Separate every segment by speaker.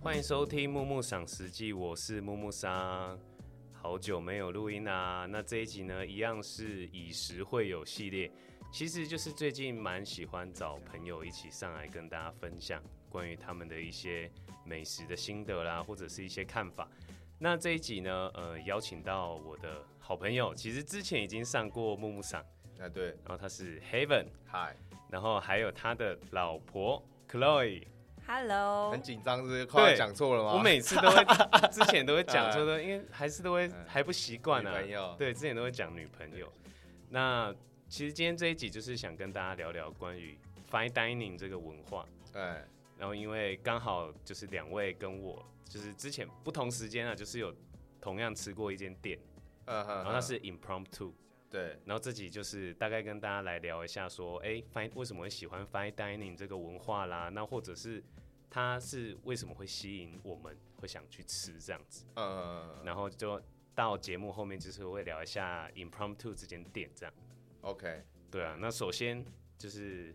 Speaker 1: 欢迎收听《木木赏食记》，我是木木桑。好久没有录音啦、那这一集呢，一样是以食会友系列。其实就是最近蛮喜欢找朋友一起上来跟大家分享关于他们的一些美食的心得啦，或者是一些看法。那这一集呢，呃，邀请到我的好朋友，其实之前已经上过木木赏，
Speaker 2: 啊，对，
Speaker 1: 然后他是 Heaven，
Speaker 2: 嗨，
Speaker 1: 然后还有他的老婆 Chloe。
Speaker 3: Hello，
Speaker 2: 很紧张，是不是快要讲错了吗？
Speaker 1: 我每次都 会，之前都会讲说的，因为还是都会
Speaker 2: 嗯
Speaker 1: 还不习惯啊
Speaker 2: 女朋友。
Speaker 1: 对，之前都会讲女朋友。那其实今天这一集就是想跟大家聊聊关于 fine dining 这个文化。
Speaker 2: 哎，
Speaker 1: 然后因为刚好就是两位跟我就是之前不同时间啊，就是有同样吃过一间店，
Speaker 2: 嗯哼，
Speaker 1: 然后它是 impromptu，
Speaker 2: 对，
Speaker 1: 然后这集就是大概跟大家来聊一下说，哎，fine 为什么会喜欢 fine dining 这个文化啦？那或者是它是为什么会吸引我们会想去吃这样子？
Speaker 2: 嗯
Speaker 1: 然后就到节目后面就是会聊一下 impromptu 这间店这样。
Speaker 2: ，OK，
Speaker 1: 对啊，那首先就是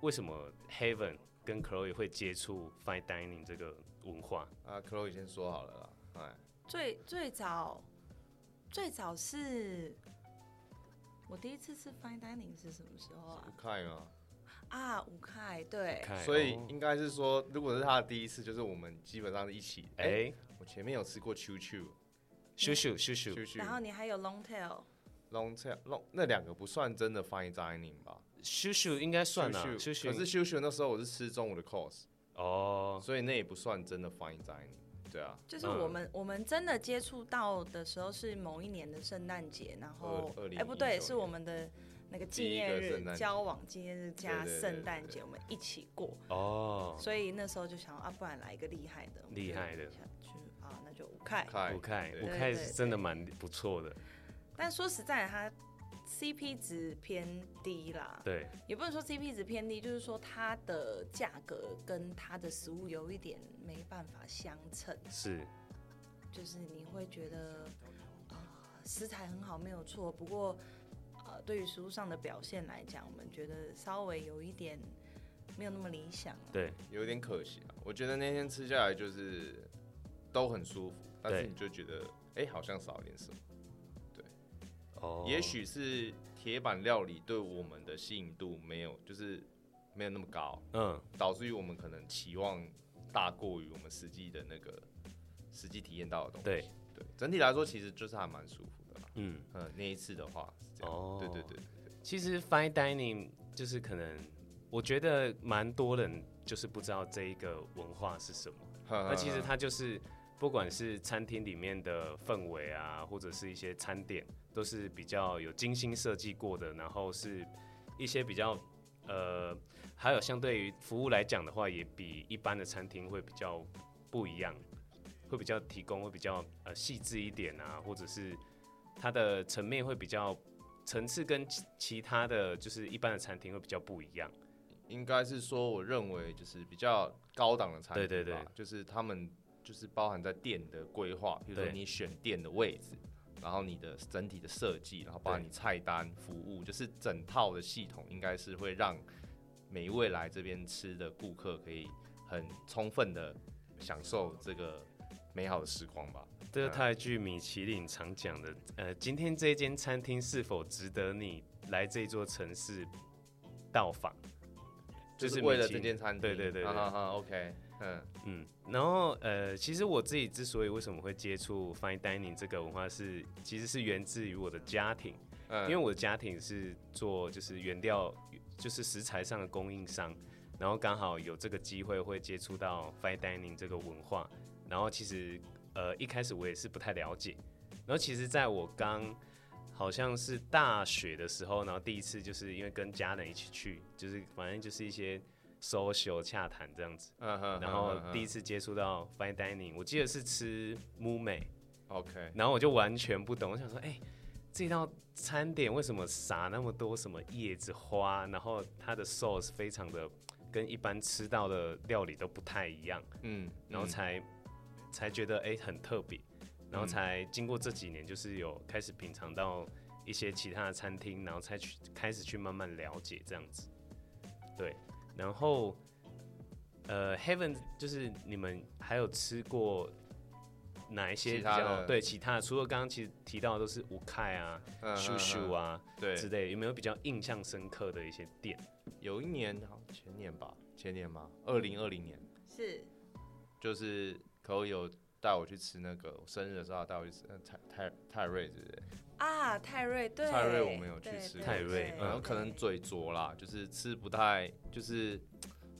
Speaker 1: 为什么 Heaven 跟 Chloe 会接触 fine dining 这个文化？
Speaker 2: 啊，Chloe 先说好了啦，哎，
Speaker 3: 最最早最早是我第一次吃 fine dining 是什么时候啊
Speaker 2: 不？看嘛，
Speaker 3: 啊，五开对，
Speaker 1: 看
Speaker 2: 所以
Speaker 1: 哦
Speaker 2: 应该是说，如果是他的第一次，就是我们基本上是一起，哎，
Speaker 1: 哎，
Speaker 2: 我前面有吃过 Chu Chu
Speaker 1: 咻咻咻
Speaker 2: Chu
Speaker 1: 咻
Speaker 2: Chu
Speaker 3: 然后你还有 long tail，
Speaker 2: Long Tail Long 那两个不算真的 fine dining 吧？
Speaker 1: 咻咻应该算啊，咻
Speaker 2: Chu
Speaker 1: 咻
Speaker 2: 可是 Chu Chu 那时候我是吃中午的 course，
Speaker 1: 哦，
Speaker 2: 所以那也不算真的 fine dining，对啊，
Speaker 3: 就是
Speaker 1: 嗯
Speaker 3: 我们、我们真的接触到的时候是某一年的圣诞节，然后
Speaker 2: 二2019
Speaker 3: 哎不对，是我们的那个纪念
Speaker 2: 第一个圣
Speaker 3: 日
Speaker 2: 诞节
Speaker 3: 交往纪念日加
Speaker 2: 对对对
Speaker 3: 圣诞
Speaker 2: 对
Speaker 3: 节，我们一起过，
Speaker 1: 哦，
Speaker 3: 所以那时候就想啊，不然来一个厉害的，我们就
Speaker 1: 厉害的
Speaker 3: 想去啊，那就五开。
Speaker 2: 看
Speaker 1: 五开
Speaker 2: 对
Speaker 1: 五
Speaker 3: 对
Speaker 1: 开
Speaker 3: 对
Speaker 1: 是真的蛮不错的，
Speaker 3: 但说实在的，它 CP 值偏低啦，
Speaker 1: 对，
Speaker 3: 也不能说 CP 值偏低，就是说它的价格跟它的食物有一点没办法相称，
Speaker 1: 是
Speaker 3: 就是你会觉得啊、食材很好没有错，不过呃对于食物上的表现来讲，我们觉得稍微有一点没有那么理想、啊。
Speaker 1: 对，
Speaker 2: 有点可惜啊。我觉得那天吃下来就是都很舒服，但是
Speaker 1: 对
Speaker 2: 你就觉得哎、诶好像少了点什么。
Speaker 1: 哦，
Speaker 2: 也许是铁板料理对我们的吸引度没有，就是没有那么高，
Speaker 1: 嗯，
Speaker 2: 导致于我们可能期望大过于我们实际的那个实际体验到的东西。
Speaker 1: 对，
Speaker 2: 对，整体来说其实就是还蛮舒服的啦。
Speaker 1: 嗯。
Speaker 2: 嗯，那一次的话是这样。
Speaker 1: 哦
Speaker 2: 对对对对对
Speaker 1: 其实 fine dining 就是可能，我觉得蛮多人就是不知道这一个文化是什么。那其实它就是不管是餐厅里面的氛围啊，或者是一些餐点，都是比较有精心设计过的，然后是一些比较呃，还有相对于服务来讲的话，也比一般的餐厅会比较不一样，会比较提供会比较呃细致一点啊，或者是它的层面会比较层次跟其其他的就是一般的餐厅会比较不一样。
Speaker 2: 应该是说，我认为就是比较高档的餐厅吧，
Speaker 1: 对对对
Speaker 2: 就是他们就是包含在店的规划，比如说
Speaker 1: 对
Speaker 2: 你选店的位置，然后你的整体的设计，然后包含
Speaker 1: 对
Speaker 2: 你菜单、服务，就是整套的系统，应该是会让每一位来这边吃的顾客可以很充分的享受这个美好的时光吧。
Speaker 1: 这就套一句米其林常讲的，呃，今天这间餐厅是否值得你来这座城市到访？
Speaker 2: 就是
Speaker 1: 米
Speaker 2: 为了
Speaker 1: 其
Speaker 2: 这
Speaker 1: 林
Speaker 2: 间餐厅，
Speaker 1: 对对对对
Speaker 2: 啊哈哈，OK，嗯，
Speaker 1: 嗯，然后呃，其实我自己之所以为什么会接触 fine dining 这个文化是，其实是源自于我的家庭，因
Speaker 2: 嗯
Speaker 1: 为我的家庭是做就是原料，就是食材上的供应商，然后刚好有这个机会会接触到 fine dining 这个文化，然后其实呃一开始我也是不太了解，然后其实在我刚好像是大学的时候，然后第一次就是因为跟家人一起去，就是反正就是一些 social 洽谈这样子，
Speaker 2: 嗯哼，
Speaker 1: 然后第一
Speaker 2: 次
Speaker 1: 次接触到 fine dining，我记得是吃木美，
Speaker 2: OK，
Speaker 1: 然后我就完全不懂，我想说，哎、这道餐点为什么撒那么多什么叶子花，然后它的 sauce 非常的跟一般吃到的料理都不太一样，
Speaker 2: 嗯，
Speaker 1: 然后
Speaker 2: 嗯
Speaker 1: 才、才觉得哎、很特别，然后
Speaker 2: 嗯
Speaker 1: 才经过这几年，就是有开始品尝到一些其他的餐厅，然后才去开始去慢慢了解这样子。对，然后呃，Heaven 就是你们还有吃过哪一些
Speaker 2: 其
Speaker 1: 比
Speaker 2: 他
Speaker 1: 较
Speaker 2: 的
Speaker 1: 对其他的？除了刚刚其实提到的都是吴凯啊、
Speaker 2: 嗯
Speaker 1: 叔叔，啊
Speaker 2: 嗯嗯对
Speaker 1: 之，类的，有没有比较印象深刻的一些店？
Speaker 2: 有一年好前年吧，前年吗？二零二零年，
Speaker 3: 是
Speaker 2: 就是可有带我去吃那个我生日的时候他带我去吃呃泰泰泰瑞，对不对？
Speaker 3: 啊，泰瑞对，
Speaker 2: 泰瑞我们有去
Speaker 3: 对
Speaker 2: 吃
Speaker 3: 对
Speaker 1: 泰瑞
Speaker 3: 对
Speaker 1: 嗯
Speaker 2: 然后可能
Speaker 3: 对
Speaker 2: 嘴拙啦，就是吃不太，就是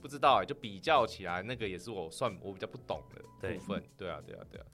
Speaker 2: 不知道哎、就比较起来，那个也是我算我比较不懂的
Speaker 1: 对
Speaker 2: 部分。对啊，对啊，对啊，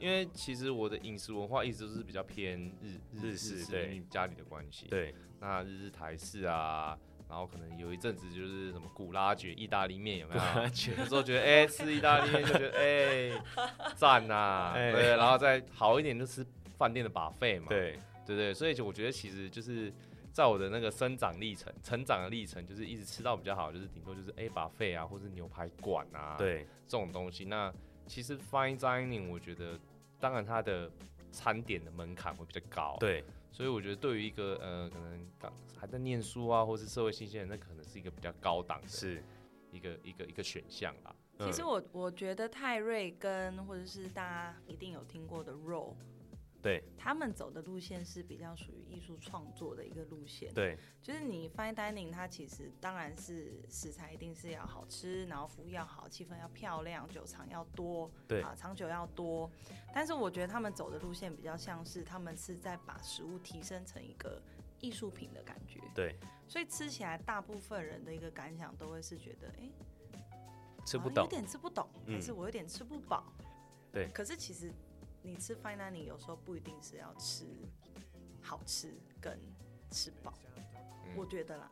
Speaker 2: 因为其实我的饮食文化一直都是比较偏日
Speaker 1: 日式
Speaker 2: 日
Speaker 1: 对
Speaker 2: 因为家里的关系。，
Speaker 1: 对，
Speaker 2: 那日式台式啊，然后可能有一阵子就是什么古拉卷、意大利面有没有？
Speaker 1: 拉卷
Speaker 2: 有时候觉得哎、吃意大利面就觉得 哎赞呐，
Speaker 1: 哎
Speaker 2: 对，然后再好一点就吃饭店的把费嘛。。
Speaker 1: 对，
Speaker 2: 对对，所以我觉得其实就是在我的那个生长历程、成长的历程，就是一直吃到比较好，就是顶多就是哎把肺啊，或是牛排馆啊，
Speaker 1: 对，
Speaker 2: 这种东西。那其实 fine dining 我觉得，当然它的餐点的门槛会比较高，，
Speaker 1: 对，
Speaker 2: 所以我觉得对于一个呃可能刚还在念书啊，或是社会新鲜人，那可能是一个比较高档的
Speaker 1: 是，
Speaker 2: 一个一个一个选项啦。
Speaker 3: 其
Speaker 1: 嗯
Speaker 3: 实我我觉得泰瑞跟或者是大家一定有听过的 Roll，
Speaker 1: 对
Speaker 3: 他们走的路线是比较属于艺术创作的一个路线。
Speaker 1: 对
Speaker 3: 就是你 fine dining，它其实当然是食材一定是要好吃，然后服务要好，气氛要漂亮，酒厂要多，
Speaker 1: 对
Speaker 3: 啊，长久要多。但是我觉得他们走的路线比较像是他们是在把食物提升成一个艺术品的感觉，
Speaker 1: 对，
Speaker 3: 所以吃起来大部分人的一个感想都会是觉得，哎、
Speaker 1: 吃
Speaker 3: 好
Speaker 1: 不
Speaker 3: 像
Speaker 1: 懂
Speaker 3: 哦啊有，点吃不懂，
Speaker 1: 嗯
Speaker 3: 还是我有点吃不饱。
Speaker 1: 对
Speaker 3: 可是其实你吃 fine dining 有时候不一定是要吃好吃跟吃饱，
Speaker 2: 嗯
Speaker 3: 我觉得啦，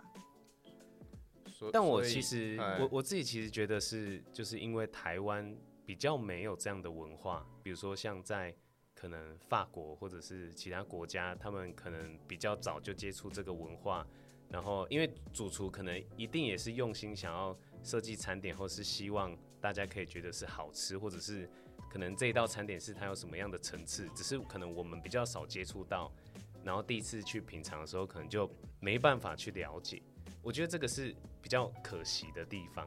Speaker 2: 所
Speaker 1: 但我
Speaker 2: 所以
Speaker 1: 其实
Speaker 2: 哎
Speaker 1: 我我自己其实觉得是，就是因为台湾比较没有这样的文化，比如说像在可能法国或者是其他国家，他们可能比较早就接触这个文化，然后因为主厨可能一定也是用心想要设计餐点，或是希望大家可以觉得是好吃，或者是可能这一道餐点是它有什么样的层次，只是可能我们比较少接触到，然后第一次去品尝的时候，可能就没办法去了解。我觉得这个是比较可惜的地方。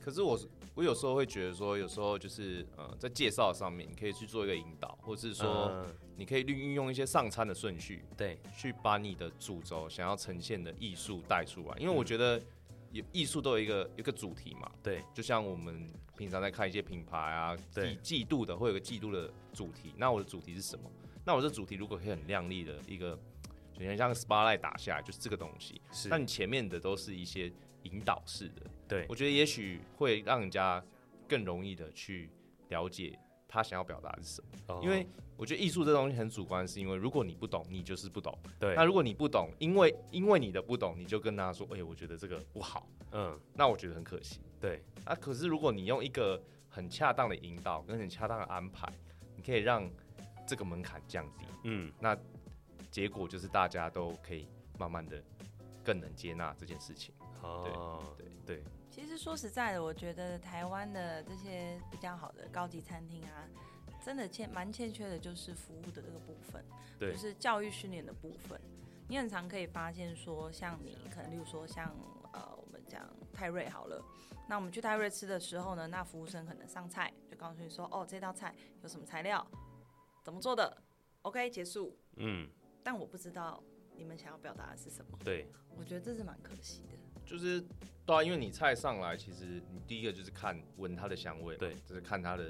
Speaker 2: 可是我是我有时候会觉得说，有时候就是呃，在介绍上面，你可以去做一个引导，或是说
Speaker 1: 嗯
Speaker 2: 你可以利运用一些上餐的顺序，
Speaker 1: 对
Speaker 2: 去把你的主轴想要呈现的艺术带出来。因为我觉得有艺术都有一个有一个主题嘛，
Speaker 1: 对
Speaker 2: 就像我们平常在看一些品牌啊，
Speaker 1: 对
Speaker 2: 季季度的会有个季度的主题，那我的主题是什么？那我这主题如果可以很亮丽的一个，就很像 spotlight 打下来，就是这个东西。
Speaker 1: 是，
Speaker 2: 那你前面的都是一些引导式的，
Speaker 1: 对
Speaker 2: 我觉得也许会让人家更容易的去了解他想要表达的是什么。
Speaker 1: 哦
Speaker 2: 因为我觉得艺术这东西很主观，是因为如果你不懂，你就是不懂。
Speaker 1: 对
Speaker 2: 那如果你不懂，因为因为你的不懂，你就跟他说：“哎、我觉得这个不好。
Speaker 1: 嗯”
Speaker 2: 那我觉得很可惜。
Speaker 1: 对
Speaker 2: 啊，可是如果你用一个很恰当的引导跟很恰当的安排，你可以让这个门槛降低，
Speaker 1: 嗯
Speaker 2: 结果就是大家都可以慢慢的更能接纳这件事情。
Speaker 1: 哦
Speaker 2: 对
Speaker 1: 对对
Speaker 3: 其实说实在的，我觉得台湾的这些比较好的高级餐厅啊，真的欠蛮欠缺的，就是服务的这个部分，
Speaker 1: 对
Speaker 3: 就是教育训练的部分。你很常可以发现说，像你可能，例如说像呃，我们讲泰瑞好了，那我们去泰瑞吃的时候呢，那服务生可能上菜就告诉你说，哦，这道菜有什么材料，怎么做的，OK，结束。
Speaker 1: 嗯
Speaker 3: 但我不知道你们想要表达的是什么，
Speaker 1: 对
Speaker 3: 我觉得这是蛮可惜的。
Speaker 2: 就是对啊，因为你菜上来，其实你第一个就是看闻它的香味嘛，
Speaker 1: 对
Speaker 2: 就是看它的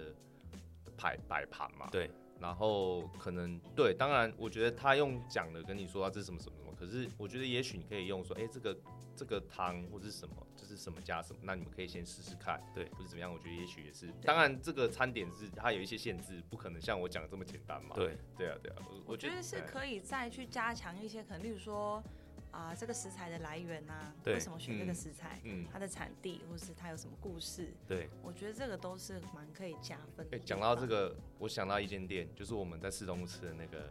Speaker 2: 摆摆盘嘛，
Speaker 1: 对
Speaker 2: 然后可能对，当然我觉得他用讲的跟你说啊，这是什么什么什么，可是我觉得也许你可以用说，哎、这个这个汤或是什么，就是什么加什么，那你们可以先试试看，
Speaker 1: 对
Speaker 2: 或者怎么样，我觉得也许也是，当然这个餐点是它有一些限制，不可能像我讲的这么简单嘛，
Speaker 1: 对
Speaker 2: 对啊对啊，我
Speaker 3: 我觉得是
Speaker 2: 哎
Speaker 3: 可以再去加强一些，可能例如说啊、这个食材的来源呐、
Speaker 1: 对
Speaker 3: 为什么选
Speaker 2: 嗯
Speaker 3: 这个食材，
Speaker 2: 嗯，
Speaker 3: 它的产地，或是它有什么故事，
Speaker 1: 对
Speaker 3: 我觉得这个都是蛮可以加分
Speaker 2: 哎、
Speaker 3: 的地方。
Speaker 2: 讲到这个，我想到一间店，就是我们在市中吃的那个、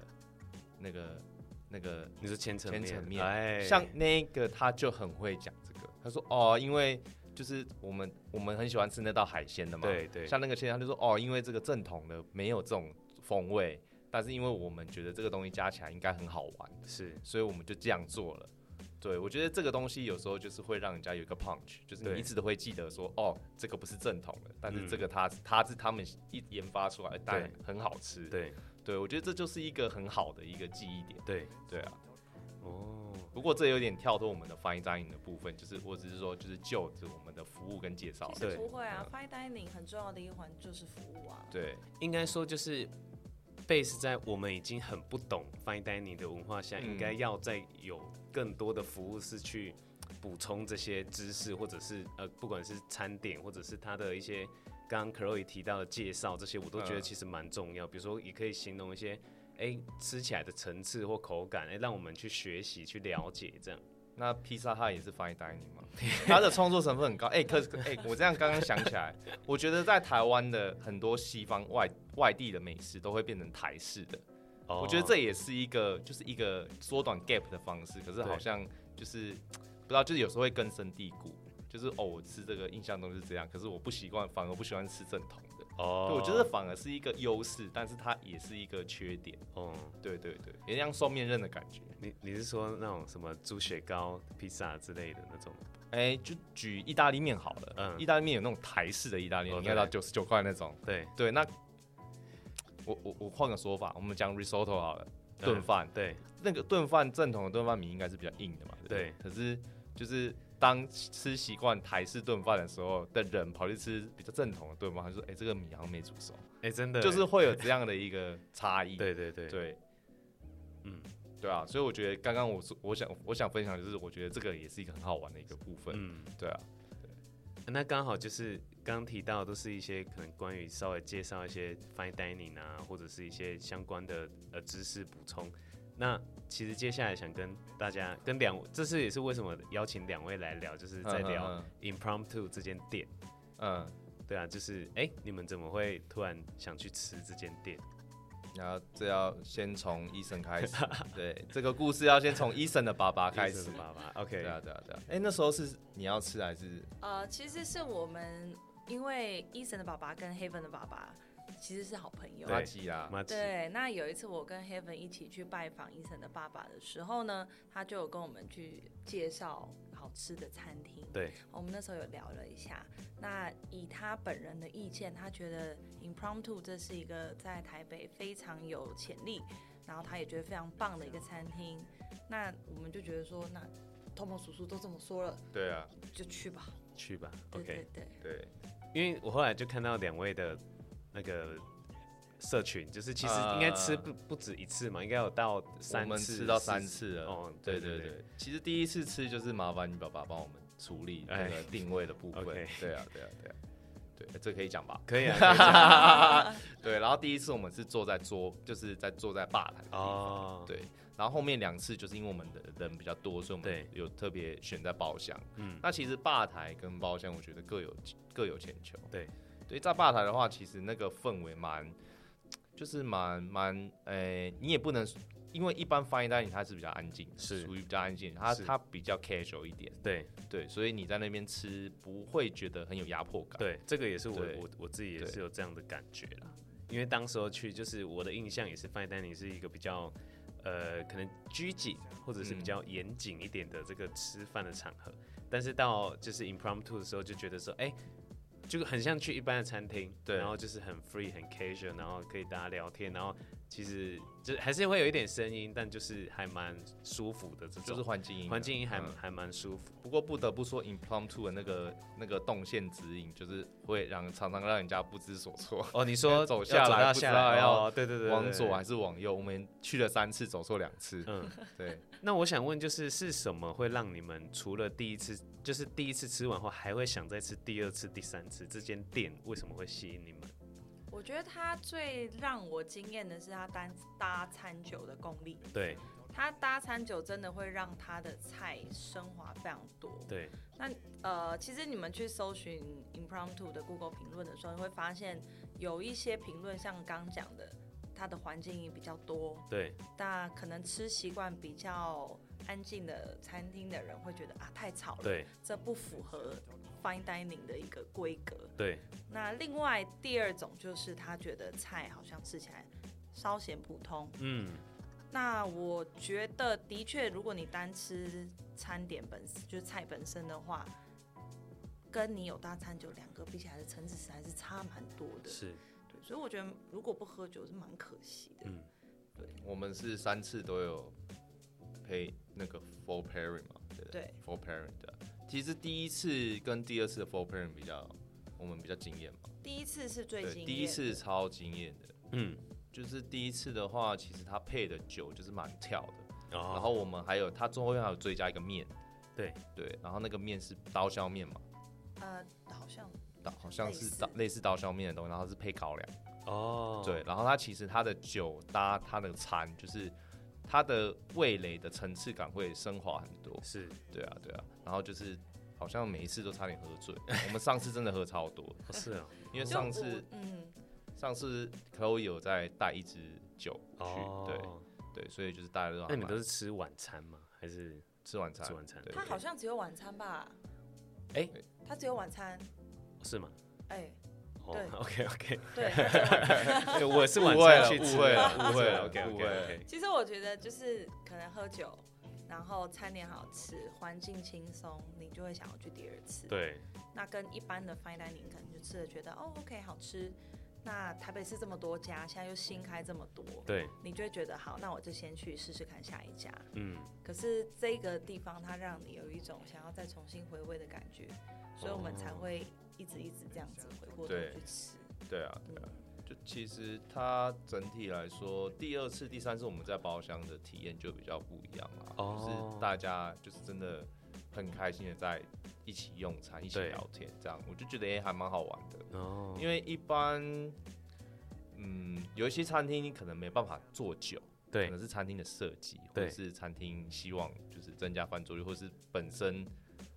Speaker 2: 那个、那个，
Speaker 1: 你说千层
Speaker 2: 千
Speaker 1: 面，
Speaker 2: 层面
Speaker 1: 哎，
Speaker 2: 像那个他就很会讲这个。他说哦，因为就是我们我们很喜欢吃那道海鲜的嘛，
Speaker 1: 对对
Speaker 2: 像那个现在他就说哦，因为这个正统的没有这种风味，但是因为我们觉得这个东西加起来应该很好玩，
Speaker 1: 是
Speaker 2: 所以我们就这样做了。对，我觉得这个东西有时候就是会让人家有一个 punch，就是
Speaker 1: 对嗯
Speaker 2: 你一直都会记得说，哦，这个不是正统的，但是这个它、它是他们一研发出来，但很好吃。
Speaker 1: 对
Speaker 2: 对我觉得这就是一个很好的一个记忆点。
Speaker 1: 对，
Speaker 2: 对啊，
Speaker 1: 哦，
Speaker 2: 不过这有点跳脱我们的 fine dining 的部分，就是我只是说，就是就着我们的服务跟介绍
Speaker 3: 其。
Speaker 1: 对
Speaker 3: 实不会
Speaker 2: 嗯
Speaker 3: 啊，fine dining 很重要的一环就是服务啊。
Speaker 2: 对，
Speaker 1: 应该说就是。base 在我们已经很不懂 fine dining 的文化下，
Speaker 2: 嗯
Speaker 1: 应该要再有更多的服务是去补充这些知识，或者是呃，不管是餐点，或者是它的一些刚刚 Chloe 提到的介绍，这些我都觉得
Speaker 2: 嗯
Speaker 1: 其实蛮重要。比如说，也可以形容一些哎、吃起来的层次或口感，哎、让我们去学习去了解这样。
Speaker 2: 那披萨哈也是 fine dining 嘛，它的创作成分很高。哎、可是哎、我这样刚刚想起来， 我觉得在台湾的很多西方外外地的美食都会变成台式的。
Speaker 1: 哦
Speaker 2: 我觉得这也是一个，就是一个缩短 gap 的方式。可是好
Speaker 1: 对
Speaker 2: 像就是不知道，就是有时候会根深蒂固，就是哦，我吃这个印象中是这样，可是我不习惯，反而不喜欢吃正统的。
Speaker 1: 哦
Speaker 2: 对，我觉得反而是一个优势，但是它也是一个缺点。
Speaker 1: 哦，
Speaker 2: 对对对，有点像双面刃的感觉。
Speaker 1: 你你是说那种什么猪血糕、披萨之类的那种？
Speaker 2: 哎，就举意大利面好了，
Speaker 1: 嗯
Speaker 2: 意大利面有那种台式的意大利面，
Speaker 1: 哦
Speaker 2: 你看到
Speaker 1: 对
Speaker 2: 九十九块那种。
Speaker 1: 对
Speaker 2: 对，那我我我换个说法，我们讲 risotto 好了，炖
Speaker 1: 嗯
Speaker 2: 饭。
Speaker 1: 对
Speaker 2: 那个炖饭正统的炖饭米应该是比较硬的嘛，不
Speaker 1: 对
Speaker 2: 可是就是当吃习惯台式炖饭的时候的人，跑去吃比较正统的炖饭，他说：“哎、这个米好像没煮熟。
Speaker 1: 哎、真”的
Speaker 2: 就是会有这样的一个差异。
Speaker 1: 对对对
Speaker 2: 对，
Speaker 1: 嗯
Speaker 2: 对啊，所以我觉得刚刚我说我想我想分享就是，我觉得这个也是一个很好玩的一个部分。
Speaker 1: 嗯，
Speaker 2: 对啊，
Speaker 1: 那刚好就是刚提到都是一些可能关于稍微介绍一些 fine dining 啊，或者是一些相关的呃知识补充。那其实接下来想跟大家跟两，这次也是为什么邀请两位来聊，就是在聊
Speaker 2: 嗯
Speaker 1: impromptu 这间店。
Speaker 2: 嗯嗯，
Speaker 1: 对啊，就是哎、你们怎么会突然想去吃这间店？
Speaker 2: 然后这要先从医生开始，对，这个故事要先从医生的爸爸啊开
Speaker 1: 医
Speaker 2: 始
Speaker 1: 生。爸爸，OK，
Speaker 2: 对啊，对啊，对啊。哎、那时候是你要吃还是
Speaker 3: 呃，其实是我们因为 Eason 的爸爸跟 Haven 的爸爸其实是好朋友，
Speaker 2: 垃圾啊？
Speaker 1: 马吉
Speaker 3: 对，那有一次我跟 Heaven 一起去拜访医生的爸爸的时候呢，他就有跟我们去介绍好吃的餐厅。
Speaker 1: 对，
Speaker 3: 我们那时候有聊了一下。那以他本人的意见，他觉得 Impromptu 这是一个在台北非常有潜力，然后他也觉得非常棒的一个餐厅。那我们就觉得说，那 Tomo 叔叔都这么说了，
Speaker 2: 对啊，
Speaker 3: 就去吧。
Speaker 1: 去吧
Speaker 3: 对
Speaker 1: ，OK。
Speaker 3: 对对，
Speaker 2: 对，
Speaker 1: 因为我后来就看到两位的那个社群，就是其实
Speaker 2: 啊
Speaker 1: 应该吃不、不止一次嘛，应该有到
Speaker 2: 我
Speaker 1: 三
Speaker 2: 们
Speaker 1: 次，
Speaker 2: 吃到三。次了。
Speaker 1: 哦，
Speaker 2: 对
Speaker 1: 对
Speaker 2: 对对，其实第一次吃就是麻烦你爸爸帮我们处理那
Speaker 1: 哎
Speaker 2: 个定位的部分。
Speaker 1: OK
Speaker 2: 对啊，对啊，对啊，对，这可以讲吧？
Speaker 1: 可以啊可以啊。
Speaker 2: 对，然后第一次我们是坐在桌，就是在坐在吧台的地方。
Speaker 1: 哦，
Speaker 2: 对，然后后面两次就是因为我们的人比较多，所以我们
Speaker 1: 对
Speaker 2: 有特别选在包厢。
Speaker 1: 嗯
Speaker 2: 嗯，那其实吧台跟包厢，我觉得各有各有千秋。
Speaker 1: 对，
Speaker 2: 对，在吧台的话，其实那个氛围蛮，就是蛮蛮，呃，你也不能，因为一般翻译单里它是比较安静的，
Speaker 1: 是
Speaker 2: 属于比较安静的，它
Speaker 1: 是
Speaker 2: 它比较 casual 一点，
Speaker 1: 对
Speaker 2: 对，所以你在那边吃不会觉得很有压迫感。
Speaker 1: 对，这个也是我
Speaker 2: 对
Speaker 1: 我我自己也
Speaker 2: 对
Speaker 1: 是有这样的感觉啦。因为当时候去，就是我的印象也是 fine dining 是一个比较，呃，可能拘谨或者是比
Speaker 2: 嗯
Speaker 1: 较严谨一点的这个吃饭的场合。但是到就是 impromptu 的时候，就觉得说，哎、就很像去一般的餐厅，
Speaker 2: 对
Speaker 1: 然后就是很 free 很 casual，然后可以大家聊天，然后其实就还是会有一点声音，但就是还蛮舒服的这种，
Speaker 2: 就是环境音啊
Speaker 1: 环境音还、
Speaker 2: 嗯
Speaker 1: 还蛮舒服。
Speaker 2: 不过不得不说，impromptu 的那个那个动线指引，就是会让常常让人家不知所措，
Speaker 1: 哦，你说要
Speaker 2: 走下来
Speaker 1: 到
Speaker 2: 不
Speaker 1: 下
Speaker 2: 知道
Speaker 1: 来
Speaker 2: 要
Speaker 1: 哦对对对对
Speaker 2: 往
Speaker 1: 对
Speaker 2: 左还是往右？我们去了三次，走错两 次。
Speaker 1: 嗯，
Speaker 2: 对，
Speaker 1: 那我想问，就是是什么会让你们除了第一次，就是第一次吃完后，还会想再吃第二次、第三次？这间店为什么会吸引你们？
Speaker 3: 我觉得他最让我惊艳的是他单搭餐酒的功力，
Speaker 1: 对
Speaker 3: 他搭餐酒真的会让他的菜升华非常多。
Speaker 1: 对，
Speaker 3: 呃，其实你们去搜寻 impromptu 的 Google 评论的时候，你会发现有一些评论像刚讲的，它的环境音比较多，
Speaker 1: 对
Speaker 3: 那可能吃习惯比较安静的餐厅的人会觉得啊太吵了，
Speaker 1: 对
Speaker 3: 这不符合 fine dining 的一个规格。
Speaker 1: 对
Speaker 3: 那另外第二种就是他觉得菜好像吃起来稍显普通，
Speaker 1: 嗯，
Speaker 3: 那我觉得的确，如果你单吃餐点本身就是菜本身的话，跟你有大餐酒两个比起来的层次实在是差蛮多的。
Speaker 1: 是，
Speaker 3: 对，所以我觉得如果不喝酒是蛮可惜的。
Speaker 1: 嗯，
Speaker 2: 我们是三次都有陪那个 full pairing 嘛，对不
Speaker 3: 对
Speaker 2: f u l l pairing 对。啊其实第一次跟第二次的 full pairing 比较，我们比较惊艳嘛。
Speaker 3: 第一次是最
Speaker 2: 对，
Speaker 3: 惊艳的，
Speaker 2: 第一次超惊艳的。
Speaker 1: 嗯，
Speaker 2: 就是第一次的话，其实他配的酒就是蛮跳的，
Speaker 1: 然
Speaker 2: 然后我们还有他最后还有追加一个面，
Speaker 1: 哦对
Speaker 2: 对，然后那个面是刀削面嘛，
Speaker 3: 呃，好像
Speaker 2: 刀好像是
Speaker 3: 类似
Speaker 2: 刀类似刀削面的东西，然后是配高粱，
Speaker 1: 哦，
Speaker 2: 对，，然后它其实它的酒搭它的餐，就是它的味蕾的层次感会升华很多，
Speaker 1: 是
Speaker 2: 对啊对啊，然后就是好像每一次都差点喝醉，我们上次真的喝超多，
Speaker 1: 哦是哦，
Speaker 2: 因为
Speaker 3: 就
Speaker 2: 上
Speaker 3: 我
Speaker 2: 次
Speaker 3: 嗯，
Speaker 2: 上次 Chloe 有在带一支酒去，
Speaker 1: 哦，
Speaker 2: 对对，所以就是大家都
Speaker 1: 那你们
Speaker 2: 还
Speaker 1: 都是
Speaker 2: 蛮
Speaker 1: 吃晚餐吗？还是
Speaker 2: 吃晚餐
Speaker 1: 吃晚餐
Speaker 2: 对
Speaker 3: 他好像只有晚餐吧？
Speaker 1: 哎
Speaker 3: 他只有晚餐，
Speaker 1: 是吗？
Speaker 3: 哎，
Speaker 1: 哦
Speaker 3: 对
Speaker 1: ，OK OK，
Speaker 3: 对，他只有晚
Speaker 1: 我
Speaker 3: 餐
Speaker 1: 是
Speaker 2: 误
Speaker 1: 晚
Speaker 2: 会
Speaker 1: 餐
Speaker 2: 了
Speaker 1: 去吃
Speaker 2: 误会了
Speaker 1: 的
Speaker 2: 误会了
Speaker 1: ，OK
Speaker 2: 误
Speaker 1: OK
Speaker 2: 会了
Speaker 1: OK，
Speaker 3: 其实我觉得就是可能喝酒，然后餐点好吃，环境轻松，你就会想要去第二次。，
Speaker 1: 对，
Speaker 3: 那跟一般的 fine dining 可能就吃了觉得哦 OK 好吃，那台北市这么多家，现在又新开这么多，
Speaker 1: 对，
Speaker 3: 你就会觉得好，那我就先去试试看下一家。
Speaker 1: 嗯，
Speaker 3: 可是这个地方它让你有一种想要再重新回味的感觉，所以我们才会一直一直这样子回过头
Speaker 2: 对
Speaker 3: 去吃。
Speaker 2: 对啊，对啊，就其实它整体来说，第二次、第三次我们在包厢的体验就比较不一样了，
Speaker 1: 哦
Speaker 2: 就是大家就是真的很开心的在一起用餐、一起
Speaker 1: 对
Speaker 2: 聊天，这样我就觉得哎、诶还蛮好玩的，
Speaker 1: 哦，
Speaker 2: 因为一般。嗯，有一些餐厅可能没办法做酒，可
Speaker 1: 对
Speaker 2: 能是餐厅的设计，或
Speaker 1: 对
Speaker 2: 者是餐厅希望就是增加翻桌率，或是本身，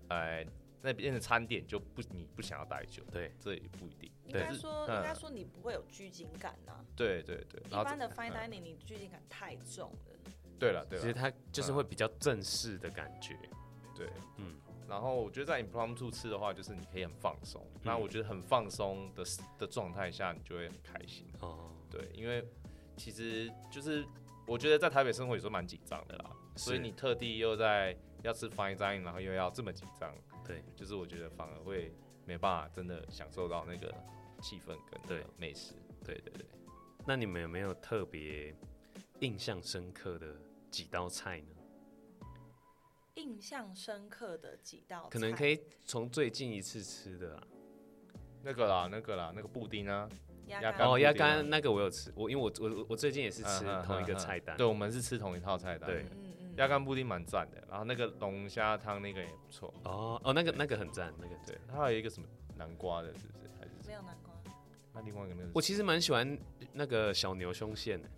Speaker 2: 呃，那边的餐点就不你不想要带酒，
Speaker 1: 对，
Speaker 2: 这也不一定。
Speaker 3: 应
Speaker 1: 对
Speaker 3: 该说，
Speaker 2: 嗯
Speaker 3: 应该说你不会有拘谨感呐、
Speaker 2: 对对对，
Speaker 3: 一
Speaker 2: 然后
Speaker 3: 般的
Speaker 2: 这
Speaker 3: fine
Speaker 2: 嗯
Speaker 3: dining 你拘谨感太重了，
Speaker 2: 对了，对啊
Speaker 1: 其实
Speaker 2: 了，
Speaker 1: 它就是会比较正式的感觉，
Speaker 2: 对，
Speaker 1: 嗯，
Speaker 2: 然后我觉得在 impromptu 吃的话，就是你可以很放松。
Speaker 1: 嗯
Speaker 2: 那我觉得很放松的的状态下，你就会很开心。
Speaker 1: 哦，
Speaker 2: 对，因为其实就是我觉得在台北生活有时候蛮紧张的啦，
Speaker 1: 是
Speaker 2: 所以你特地又在要吃 fine dining，然后又要这么紧张，
Speaker 1: 对，
Speaker 2: 就是我觉得反而会没办法真的享受到那个气氛跟那个
Speaker 1: 对
Speaker 2: 美食。对对对，
Speaker 1: 那你们有没有特别印象深刻的几道菜呢？
Speaker 3: 印象深刻的几哦道菜，
Speaker 1: 可能可以从最近一次吃的啊，
Speaker 2: 那个啦，那个啦，那个布丁啊，
Speaker 3: 鸭
Speaker 2: 鸭
Speaker 3: 肝
Speaker 2: 肝
Speaker 1: 哦，
Speaker 2: 布
Speaker 1: 鸭
Speaker 2: 丁啊
Speaker 1: 肝那个我有吃，我因为我我我最近也是吃
Speaker 2: 嗯嗯
Speaker 1: 同一个
Speaker 2: 嗯嗯
Speaker 1: 菜单，
Speaker 2: 对，我们是吃同一套菜单。啊
Speaker 1: 对
Speaker 3: 嗯嗯嗯，
Speaker 2: 鸭肝布丁蛮赞的，然后那个龙虾汤那个也不错。
Speaker 1: 哦哦，那个那个很赞，那个对
Speaker 2: 对，它还有一个什么南瓜的，是不是？还是什
Speaker 3: 没
Speaker 2: 么
Speaker 3: 有南瓜，
Speaker 2: 那另外一个那个是
Speaker 1: 我其实蛮喜欢那个小牛胸腺的，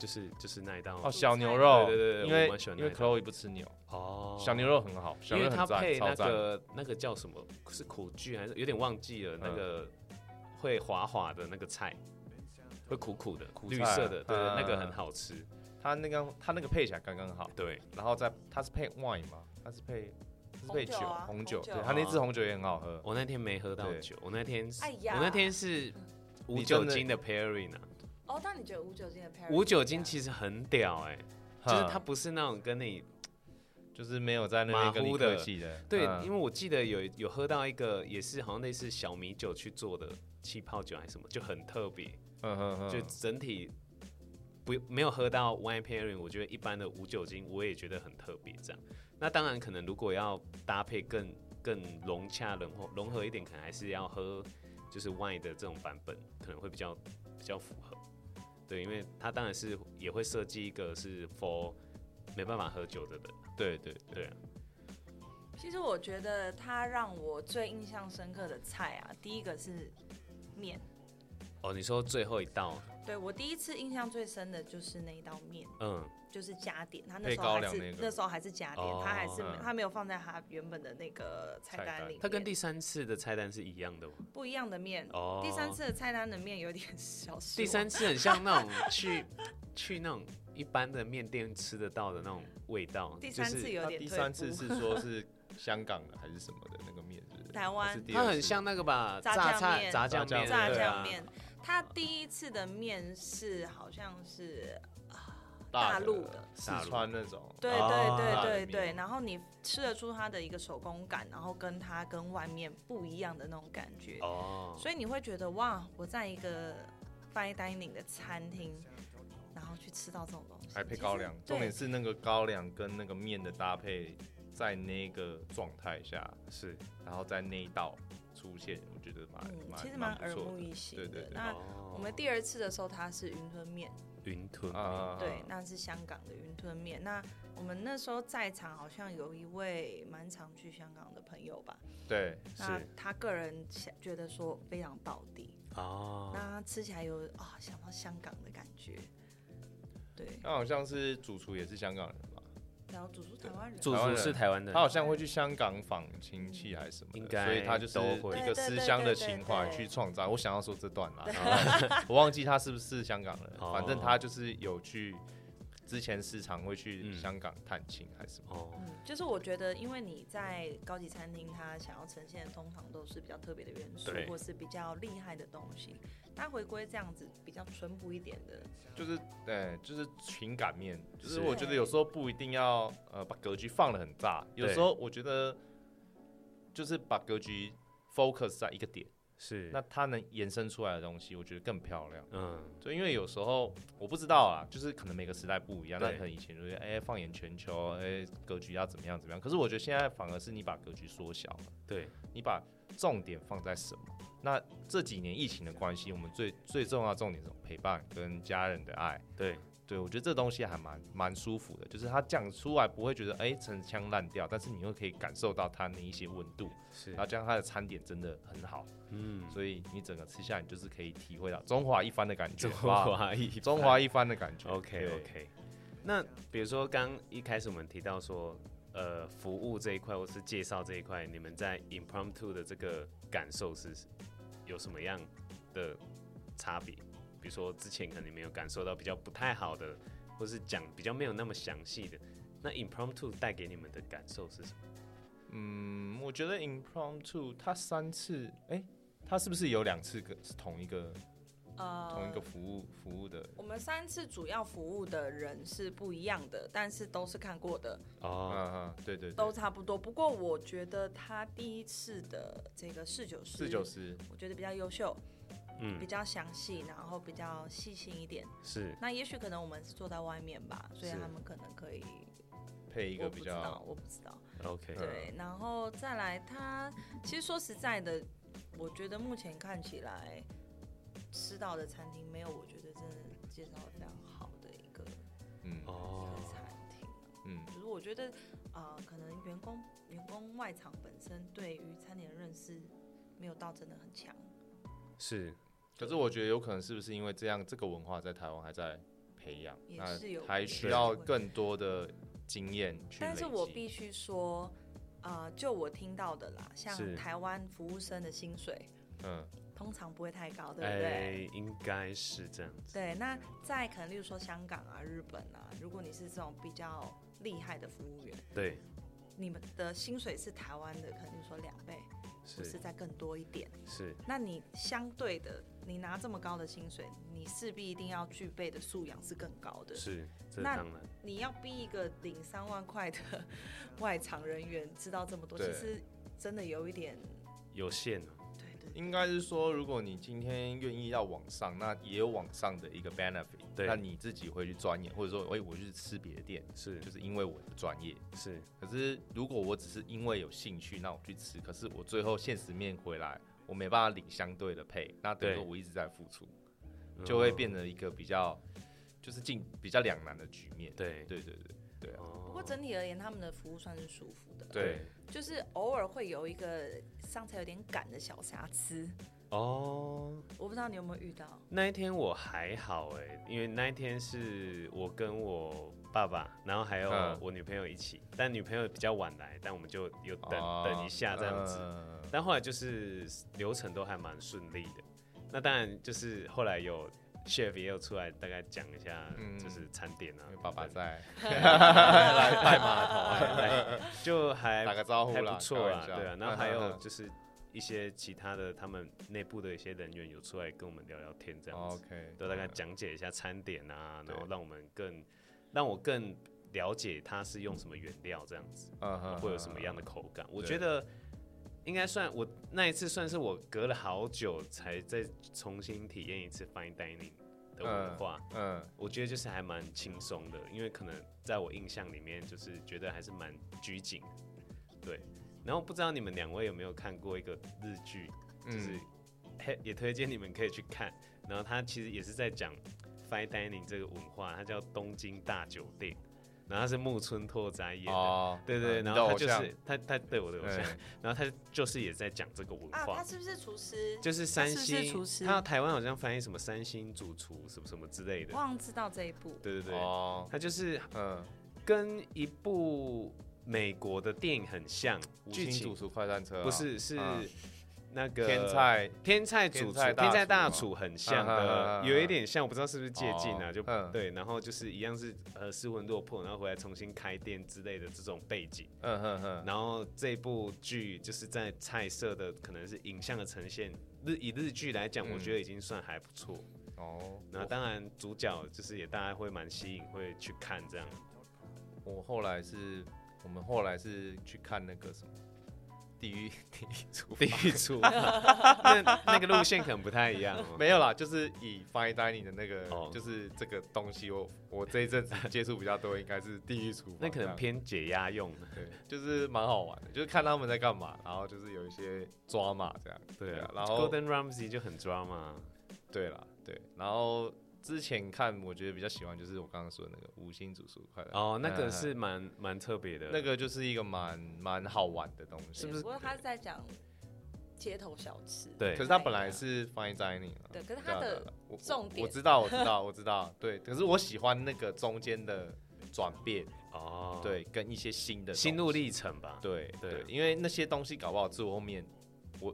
Speaker 1: 就是就是那一道
Speaker 2: 哦小牛肉，
Speaker 1: 对对对
Speaker 2: 因
Speaker 1: 我
Speaker 2: 为
Speaker 1: 蛮喜欢
Speaker 2: 因为
Speaker 1: 那一道
Speaker 2: Chloe 不吃牛，
Speaker 1: 哦
Speaker 2: 小牛肉很好，小
Speaker 1: 因
Speaker 2: 牛
Speaker 1: 为它
Speaker 2: 肉很赞，
Speaker 1: 配
Speaker 2: 超
Speaker 1: 那
Speaker 2: 赞。
Speaker 1: 个那个叫什么是苦苣还是有点忘记了，
Speaker 2: 嗯
Speaker 1: 那个会滑滑的那个菜，会苦苦的，
Speaker 2: 菜
Speaker 1: 绿色的，对对，
Speaker 2: 嗯
Speaker 1: 那个很好吃，
Speaker 2: 它那个它那个配起来刚刚好，
Speaker 1: 对，
Speaker 2: 然后再它是配 wine 吗？它是配它是配
Speaker 3: 红酒啊
Speaker 2: 红酒，
Speaker 3: 红酒
Speaker 2: 对，它那支红酒也很好喝。
Speaker 1: 我那天没喝到
Speaker 2: 对
Speaker 1: 酒，我那天是
Speaker 3: 哎呀
Speaker 1: 我那天是无
Speaker 2: 你真
Speaker 1: 酒
Speaker 2: 的
Speaker 1: 精的 pairing 啊，
Speaker 3: 哦，但你觉得无酒精的 pair
Speaker 1: 无酒精其实很屌哎，就是它
Speaker 2: 哼
Speaker 1: 不是那种跟你
Speaker 2: 就是没有在那边跟
Speaker 1: 马
Speaker 2: 你
Speaker 1: 虎的
Speaker 2: 客气的，
Speaker 1: 对，
Speaker 2: 嗯
Speaker 1: 因为我记得有有喝到一个也是好像类似小米酒去做的气泡酒还是什么，就很特别，
Speaker 2: 嗯嗯嗯，
Speaker 1: 就整体不没有喝到 wine pairing，我觉得一般的无酒精我也觉得很特别这样。那当然可能如果要搭配更更融洽融合融合一点，可能还是要喝就是 wine 的这种版本，可能会比较比较符合。对，因为它当然是也会设计一个是 for 没办法喝酒的人，
Speaker 2: 对对
Speaker 1: 对啊，
Speaker 3: 其实我觉得它让我最印象深刻的菜啊，第一个是面。
Speaker 1: 哦，你说最后一道，
Speaker 3: 对我第一次印象最深的就是那一道面，
Speaker 1: 嗯，
Speaker 3: 就是加点，它那
Speaker 2: 配
Speaker 3: 时候
Speaker 2: 高
Speaker 3: 还
Speaker 2: 粱
Speaker 3: 是
Speaker 2: 那个
Speaker 3: 时候还是加点，
Speaker 1: 哦
Speaker 3: 它还是
Speaker 2: 嗯
Speaker 3: 它没有放在它原本的那个菜
Speaker 2: 菜单
Speaker 3: 单里面。
Speaker 1: 它跟第三次的菜单是一样的吗？
Speaker 3: 不一样的面，
Speaker 1: 哦，
Speaker 3: 第三次的菜单的面有点 小失望
Speaker 1: 第三次很像那种去去那种一般的面店吃得到的那种味道。
Speaker 3: 第三次
Speaker 1: 就是
Speaker 3: 有
Speaker 2: 它
Speaker 3: 点
Speaker 2: 第
Speaker 3: 退
Speaker 2: 三
Speaker 3: 步
Speaker 2: 次是说是香港的还是什么的那个面，是不是
Speaker 3: 台湾
Speaker 2: 还是第二
Speaker 1: 它
Speaker 2: 次
Speaker 1: 很像那个吧，
Speaker 3: 炸
Speaker 1: 炸
Speaker 3: 酱
Speaker 1: 菜、
Speaker 3: 面
Speaker 1: 炸酱面、
Speaker 3: 炸
Speaker 1: 对啊
Speaker 3: 酱面。它第一次的面是好像是啊
Speaker 2: 大
Speaker 3: 大陆
Speaker 2: 的
Speaker 3: 的
Speaker 2: 四
Speaker 1: 大陆
Speaker 2: 川那种，哦
Speaker 3: 对
Speaker 1: 啊
Speaker 3: 对
Speaker 2: 大
Speaker 3: 对
Speaker 2: 的
Speaker 3: 对对，
Speaker 2: 面
Speaker 3: 然后你吃得出它的一个手工感，然后跟它跟外面不一样的那种感觉，
Speaker 1: 哦，
Speaker 3: 所以你会觉得哇，我在一个 fine dining 的餐厅，然后去吃到这种东西，
Speaker 2: 还配
Speaker 3: 其实
Speaker 2: 高粱，重
Speaker 3: 对
Speaker 2: 点是那个高粱跟那个面的搭配，在那个状态下，
Speaker 1: 是
Speaker 2: 然后在那一道出现，我觉得蛮
Speaker 3: 嗯，
Speaker 2: 蛮
Speaker 3: 其实蛮
Speaker 2: 蛮
Speaker 3: 耳
Speaker 2: 不错
Speaker 3: 目
Speaker 2: 的。
Speaker 3: 一新的。
Speaker 2: 对对对
Speaker 3: 那
Speaker 1: 哦
Speaker 3: 我们第二次的时候，它是云吞面，
Speaker 1: 云吞
Speaker 2: 啊
Speaker 3: 对，那是香港的云吞面。那我们那时候在场好像有一位蛮常去香港的朋友吧，
Speaker 2: 对，
Speaker 3: 那
Speaker 1: 是
Speaker 3: 他个人想觉得说非常道地，
Speaker 1: 哦
Speaker 3: 那，他吃起来有啊、想到香港的感觉，对。
Speaker 2: 那好像是主厨也是香港人吧？
Speaker 3: 然后煮出台湾人，
Speaker 1: 主
Speaker 2: 台湾
Speaker 1: 厨
Speaker 2: 人
Speaker 1: 是台湾的
Speaker 2: 他，好像会去香港访亲戚还是什么的，
Speaker 1: 应该
Speaker 2: 所以他就是
Speaker 1: 都会
Speaker 2: 一个思乡的情怀
Speaker 3: 对对对对对
Speaker 2: 去创造。我想要说这段 啦，然后我忘记他是不是香港人，
Speaker 1: 哦
Speaker 2: 反正他就是有去之前时常会去
Speaker 1: 嗯
Speaker 2: 香港探亲还是什么。
Speaker 1: 哦，
Speaker 3: 嗯，就是我觉得，因为你在高级餐厅，它想要呈现的通常都是比较特别的元素
Speaker 1: 对，
Speaker 3: 或是比较厉害的东西。它回归这样子比较淳朴一点的，
Speaker 1: 嗯
Speaker 2: 就是对，就是情感面，就是
Speaker 1: 是
Speaker 2: 我觉得有时候不一定要呃把格局放的很大，有时候我觉得就是把格局 focus 在一个点，
Speaker 1: 是
Speaker 2: 那它能延伸出来的东西，我觉得更漂亮。
Speaker 1: 嗯
Speaker 2: 就因为有时候我不知道啊，就是可能每个时代不一样，那
Speaker 1: 对
Speaker 2: 可能以前就是哎、放眼全球，哎、格局要怎么样怎么样，可是我觉得现在反而是你把格局缩小了，
Speaker 1: 对
Speaker 2: 你把重点放在什么？那这几年疫情的关系，我们最最重要的重点是陪伴跟家人的爱。
Speaker 1: 对
Speaker 2: 对，我觉得这东西还蛮蛮舒服的，就是它讲出来不会觉得哎陈腔滥调，但是你又可以感受到它那一些温度，
Speaker 1: 是
Speaker 2: 然后加上它的餐点真的很好，
Speaker 1: 嗯，
Speaker 2: 所以你整个吃下来，你就是可以体会到中华一番的感觉，
Speaker 1: 中
Speaker 2: 好不好
Speaker 1: 华一番
Speaker 2: 中华一番的感觉。
Speaker 1: OK
Speaker 2: 对
Speaker 1: OK。那比如说刚一开始我们提到说，呃，服务这一块或是介绍这一块，你们在 impromptu 的这个感受是有什么样的差别？比如说之前可能你们有感受到比较不太好的，或是讲比较没有那么详细的，那 impromptu 带给你们的感受是什么？
Speaker 2: 嗯，我觉得 impromptu 它三次，哎、它是不是有两次个是同一个
Speaker 3: 呃，
Speaker 2: 同一个服务服务的？
Speaker 3: 我们三次主要服务的人是不一样的，但是都是看过的，
Speaker 2: 嗯
Speaker 1: 哦，
Speaker 2: 嗯，对对
Speaker 3: 都
Speaker 2: 对，
Speaker 3: 差不多。不过我觉得他第一次的这个侍酒师，
Speaker 2: 四九十，
Speaker 3: 我觉得比较优秀，比
Speaker 1: 嗯，
Speaker 3: 较详细，然后比较细心一点。
Speaker 1: 是
Speaker 3: 那也许可能我们是坐在外面吧，所以
Speaker 1: 是
Speaker 3: 他们可能可以。
Speaker 2: 配一
Speaker 3: 我
Speaker 2: 个
Speaker 3: 不
Speaker 2: 比
Speaker 3: 知道
Speaker 2: 较，
Speaker 3: 我不知道。
Speaker 1: OK，
Speaker 3: 对，然后再来他，其实说实在的，我觉得目前看起来吃到的餐厅没有，我觉得真的介绍的非常好的一个、
Speaker 2: 嗯
Speaker 1: 哦
Speaker 3: 一个餐厅。
Speaker 2: 嗯
Speaker 3: 就是我觉得，啊，可能员工员工外场本身对于餐点的认识没有到真的很强。
Speaker 1: 是
Speaker 2: 可是我觉得有可能是不是因为这样，这个文化在台湾还在培养，
Speaker 3: 也
Speaker 2: 那
Speaker 3: 是有
Speaker 2: 还
Speaker 3: 可
Speaker 2: 需
Speaker 1: 能
Speaker 2: 要
Speaker 3: 会
Speaker 2: 更多的经验去累积。
Speaker 3: 但是我必须说，啊，就我听到的啦，像
Speaker 1: 是
Speaker 3: 台湾服务生的薪水
Speaker 2: 嗯，
Speaker 3: 通常不会太高，对不对？
Speaker 1: 哎，应该是这样子，
Speaker 3: 对，那在可能例如说香港啊、日本啊，如果你是这种比较厉害的服务员，
Speaker 1: 对，
Speaker 3: 你们的薪水是台湾的，可能例如说两倍，或是
Speaker 1: 是
Speaker 3: 再更多一点。
Speaker 1: 是
Speaker 3: 那你相对的，你拿这么高的薪水，你势必一定要具备的素养是更高的。
Speaker 1: 是，这
Speaker 3: 那
Speaker 1: 当然
Speaker 3: 你要逼一个领三万块的外场人员知道这么多，
Speaker 2: 对
Speaker 3: 其实真的有一点，
Speaker 1: 有限哦，
Speaker 3: 对对
Speaker 2: 应该是说，如果你今天愿意要往上，那也有往上的一个 benefit，
Speaker 1: 对
Speaker 2: 那你自己会去钻研，或者说，哎、我去吃别的店，
Speaker 1: 是
Speaker 2: 就是因为我的专业。
Speaker 1: 是。
Speaker 2: 可是如果我只是因为有兴趣，那我去吃，可是我最后现实面回来，我没办法领相对的配，那等于说
Speaker 1: 对
Speaker 2: 我一直在付出，就会变得一个比较，就是进比较两难的局面。
Speaker 1: 对
Speaker 2: 对对对，对啊，
Speaker 1: 哦
Speaker 3: 不过整体而言，他们的服务算是舒服的，
Speaker 2: 对
Speaker 3: 就是偶尔会有一个上菜有点赶的小瑕疵，
Speaker 1: 哦，
Speaker 3: 我不知道你有没有遇到。
Speaker 1: 那一天我还好哎、因为那一天是我跟我爸爸，然后还有
Speaker 2: 嗯
Speaker 1: 我女朋友一起，但女朋友比较晚来，但我们就有等、
Speaker 2: 哦
Speaker 1: 等一下这样子。
Speaker 2: 嗯
Speaker 1: 但后来就是流程都还蛮顺利的。那当然就是后来有 chef 也有出来大概讲一下
Speaker 2: 嗯，
Speaker 1: 就是餐点啊
Speaker 2: 因为，爸爸
Speaker 1: 等
Speaker 2: 在，
Speaker 1: 哎 就还
Speaker 2: 打个招呼
Speaker 1: 还
Speaker 2: 哦啦，
Speaker 1: 不错
Speaker 2: 开
Speaker 1: 啊
Speaker 2: 玩，笑
Speaker 1: 对啊。然 后还有
Speaker 2: 嗯
Speaker 1: 就是一些其他的他们内部的一些人员有出来跟我们聊聊天这样子。
Speaker 2: OK，
Speaker 1: 都大概讲解一下餐点啊，
Speaker 2: 哦对
Speaker 1: 然后让我们更让我更了解它是用什么原料这样子，
Speaker 2: 嗯哼，
Speaker 1: 会有什么样的口感。我觉得应该算我那一次算是我隔了好久才再重新体验一次 fine dining 的文化。
Speaker 2: 嗯？
Speaker 1: 我觉得就是还蛮轻松的，因为可能在我印象里面就是觉得还是蛮拘谨，对。然后不知道你们两位有没有看过一个日剧，
Speaker 2: 嗯，
Speaker 1: 就是嘿也推荐你们可以去看。然后它其实也是在讲 fine dining 这个文化，它叫东京大酒店，然后它是木村拓哉演的，
Speaker 2: 哦，
Speaker 1: 对对，
Speaker 2: 嗯
Speaker 1: 然后他
Speaker 2: 你
Speaker 1: 就
Speaker 2: 的偶像
Speaker 1: 是他他对我的偶像，
Speaker 2: 嗯
Speaker 1: 然后他就是也在讲这个文
Speaker 3: 啊，
Speaker 1: 化，
Speaker 3: 他是不是厨师？
Speaker 1: 就是三
Speaker 3: 他是不是
Speaker 1: 星
Speaker 3: 厨，师
Speaker 1: 他台湾好像翻译什么三星主厨什么什么之类的，
Speaker 3: 忘知道这一部，
Speaker 1: 对对对，
Speaker 2: 哦，
Speaker 1: 他就是
Speaker 2: 嗯，
Speaker 1: 跟一部美国的电影很像，
Speaker 2: 五
Speaker 1: 剧
Speaker 2: 星
Speaker 1: 情
Speaker 2: 主厨快餐车啊
Speaker 1: 不是是
Speaker 2: 嗯
Speaker 1: 那个
Speaker 2: 天菜
Speaker 1: 天菜主厨
Speaker 2: 天菜大厨
Speaker 1: 天菜大厨很像
Speaker 2: 嗯嗯嗯
Speaker 1: 的
Speaker 2: 嗯，嗯
Speaker 1: 有一点像，我不知道是不是借镜啊，
Speaker 2: 哦
Speaker 1: 就
Speaker 2: 嗯
Speaker 1: 对，然后就是一样是呃失魂落魄，然后回来重新开店之类的这种背景。
Speaker 2: 嗯哼哼，
Speaker 1: 然后这部剧就是在菜色的可能是影像的呈现，日以日剧来讲，
Speaker 2: 嗯
Speaker 1: 我觉得已经算还不错。
Speaker 2: 哦，
Speaker 1: 然后当然主角就是也大家会蛮吸引，会去看这样。
Speaker 2: 我我后来是，我们后来是去看那个什么地狱地狱厨
Speaker 1: 第
Speaker 2: 房，
Speaker 1: 一 出那那个路线可能不太一样哦。
Speaker 2: 没有啦，就是以 fine dining 的那个，
Speaker 1: 哦
Speaker 2: 就是这个东西我，我这一阵子接触比较多，应该是地狱厨房
Speaker 1: 那
Speaker 2: 这样，
Speaker 1: 可能偏解压用，
Speaker 2: 对， 就是蛮好玩的，就是看他们在干嘛，然后就是有一些抓马这样，
Speaker 1: 对啊。
Speaker 2: 然后
Speaker 1: Golden Ramsy 就很抓嘛，
Speaker 2: 对啦，对，然后之前看我觉得比较喜欢就是我刚刚说的那个五星主厨快乐，
Speaker 1: 哦，那个
Speaker 2: 嗯
Speaker 1: 是蛮蛮特别的。
Speaker 2: 那个就是一个蛮蛮好玩的东西，
Speaker 1: 是不是
Speaker 3: 不过他是在讲街头小吃，
Speaker 1: 对
Speaker 2: 可是它本来是 fine dining 啊
Speaker 3: 对可是
Speaker 2: 对
Speaker 3: 它
Speaker 2: 啊对啊
Speaker 3: 的
Speaker 2: 对啊我
Speaker 3: 重
Speaker 2: 我
Speaker 3: 点
Speaker 2: 知道，我知道，我知道，对。可是我喜欢那个中间的转变，
Speaker 1: 哦，，
Speaker 2: 对，跟一些新的
Speaker 1: 心
Speaker 2: 东
Speaker 1: 路
Speaker 2: 西，
Speaker 1: 历程吧。
Speaker 2: 对
Speaker 1: 对
Speaker 2: 对，因为那些东西搞不好是我后面我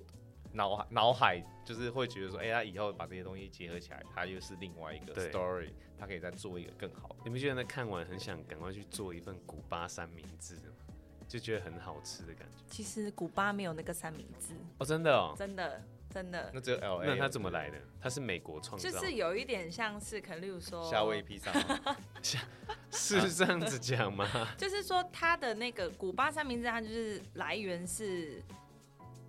Speaker 2: 脑海脑海就是会觉得说，哎、他以后把这些东西结合起来，它又是另外一个
Speaker 1: 对
Speaker 2: story，它可以再做一个更好的。
Speaker 1: 你们觉得那看完很想赶快去做一份古巴三明治吗，就觉得很好吃的感觉？
Speaker 3: 其实古巴没有那个三明治，
Speaker 1: 哦，真的哦。
Speaker 3: 真的真的，
Speaker 2: 那只有 L A，
Speaker 1: 那它怎么来的？它是美国创造
Speaker 3: 就
Speaker 1: 的，
Speaker 3: 是有一点像是，可能例如说
Speaker 2: 哦夏威夷披萨吗？
Speaker 1: 是这样子讲 吗？
Speaker 3: 就是说它的那个古巴三明治，它就是来源是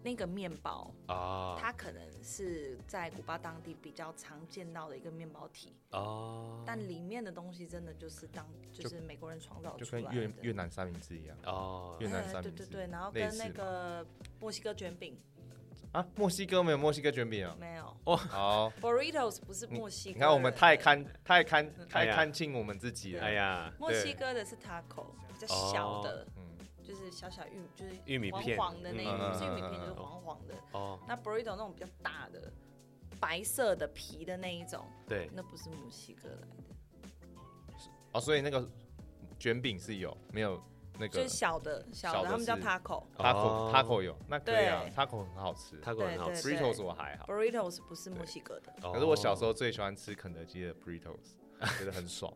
Speaker 3: 那个面包，
Speaker 1: 哦
Speaker 3: 它可能是在古巴当地比较常见到的一个面包体，
Speaker 1: 哦
Speaker 3: 但里面的东西真的就是当就是美国人创造
Speaker 2: 就
Speaker 3: 出
Speaker 2: 跟
Speaker 3: 来
Speaker 2: 越
Speaker 3: 的。
Speaker 2: 越南三明治一样
Speaker 1: 哦
Speaker 2: 越南
Speaker 3: 哎
Speaker 2: 三
Speaker 3: 对
Speaker 2: 明
Speaker 3: 对
Speaker 2: 治
Speaker 3: 对，然后
Speaker 2: 类
Speaker 3: 跟
Speaker 2: 似
Speaker 3: 那
Speaker 2: 嘛
Speaker 3: 个墨西哥卷饼
Speaker 2: 啊。墨西哥没有墨西哥卷饼啊。
Speaker 3: 没有
Speaker 2: 好。
Speaker 3: ，burritos 不是墨西哥
Speaker 2: 你
Speaker 3: 人，
Speaker 2: 看，我们太看太看
Speaker 3: 嗯
Speaker 1: 哎
Speaker 2: 太
Speaker 1: 呀
Speaker 2: 看清我们自己了。
Speaker 1: 哎呀，
Speaker 3: 墨西哥的是 taco，比较小的，
Speaker 2: 嗯，
Speaker 3: 就是小小玉就是
Speaker 1: 玉米
Speaker 3: 黄
Speaker 1: 片
Speaker 3: 黄的那一种，
Speaker 2: 嗯
Speaker 3: 不是玉米片
Speaker 2: 嗯嗯嗯
Speaker 3: 就是黄黄的。
Speaker 1: 哦，
Speaker 3: 那 burrito 那种比较大的，白色的皮的那一种，
Speaker 1: 对，
Speaker 3: 那不是墨西哥来的，
Speaker 2: 哦，所以那个卷饼是有，没有那
Speaker 3: 就
Speaker 2: 个
Speaker 3: 是小的小
Speaker 2: 小
Speaker 3: 的，
Speaker 2: 的
Speaker 3: 他们叫
Speaker 2: 是
Speaker 3: taco。
Speaker 1: 哦
Speaker 2: taco taco 有，那可以啊
Speaker 3: 对
Speaker 2: ，taco 很好吃
Speaker 1: 它果很好吃。
Speaker 3: 对
Speaker 2: ，burritos 我还好，
Speaker 3: burritos 不是墨
Speaker 2: 对
Speaker 3: 西哥的，
Speaker 1: 哦
Speaker 2: 可是我小时候最喜欢吃肯德基的 burritos，觉得很 爽。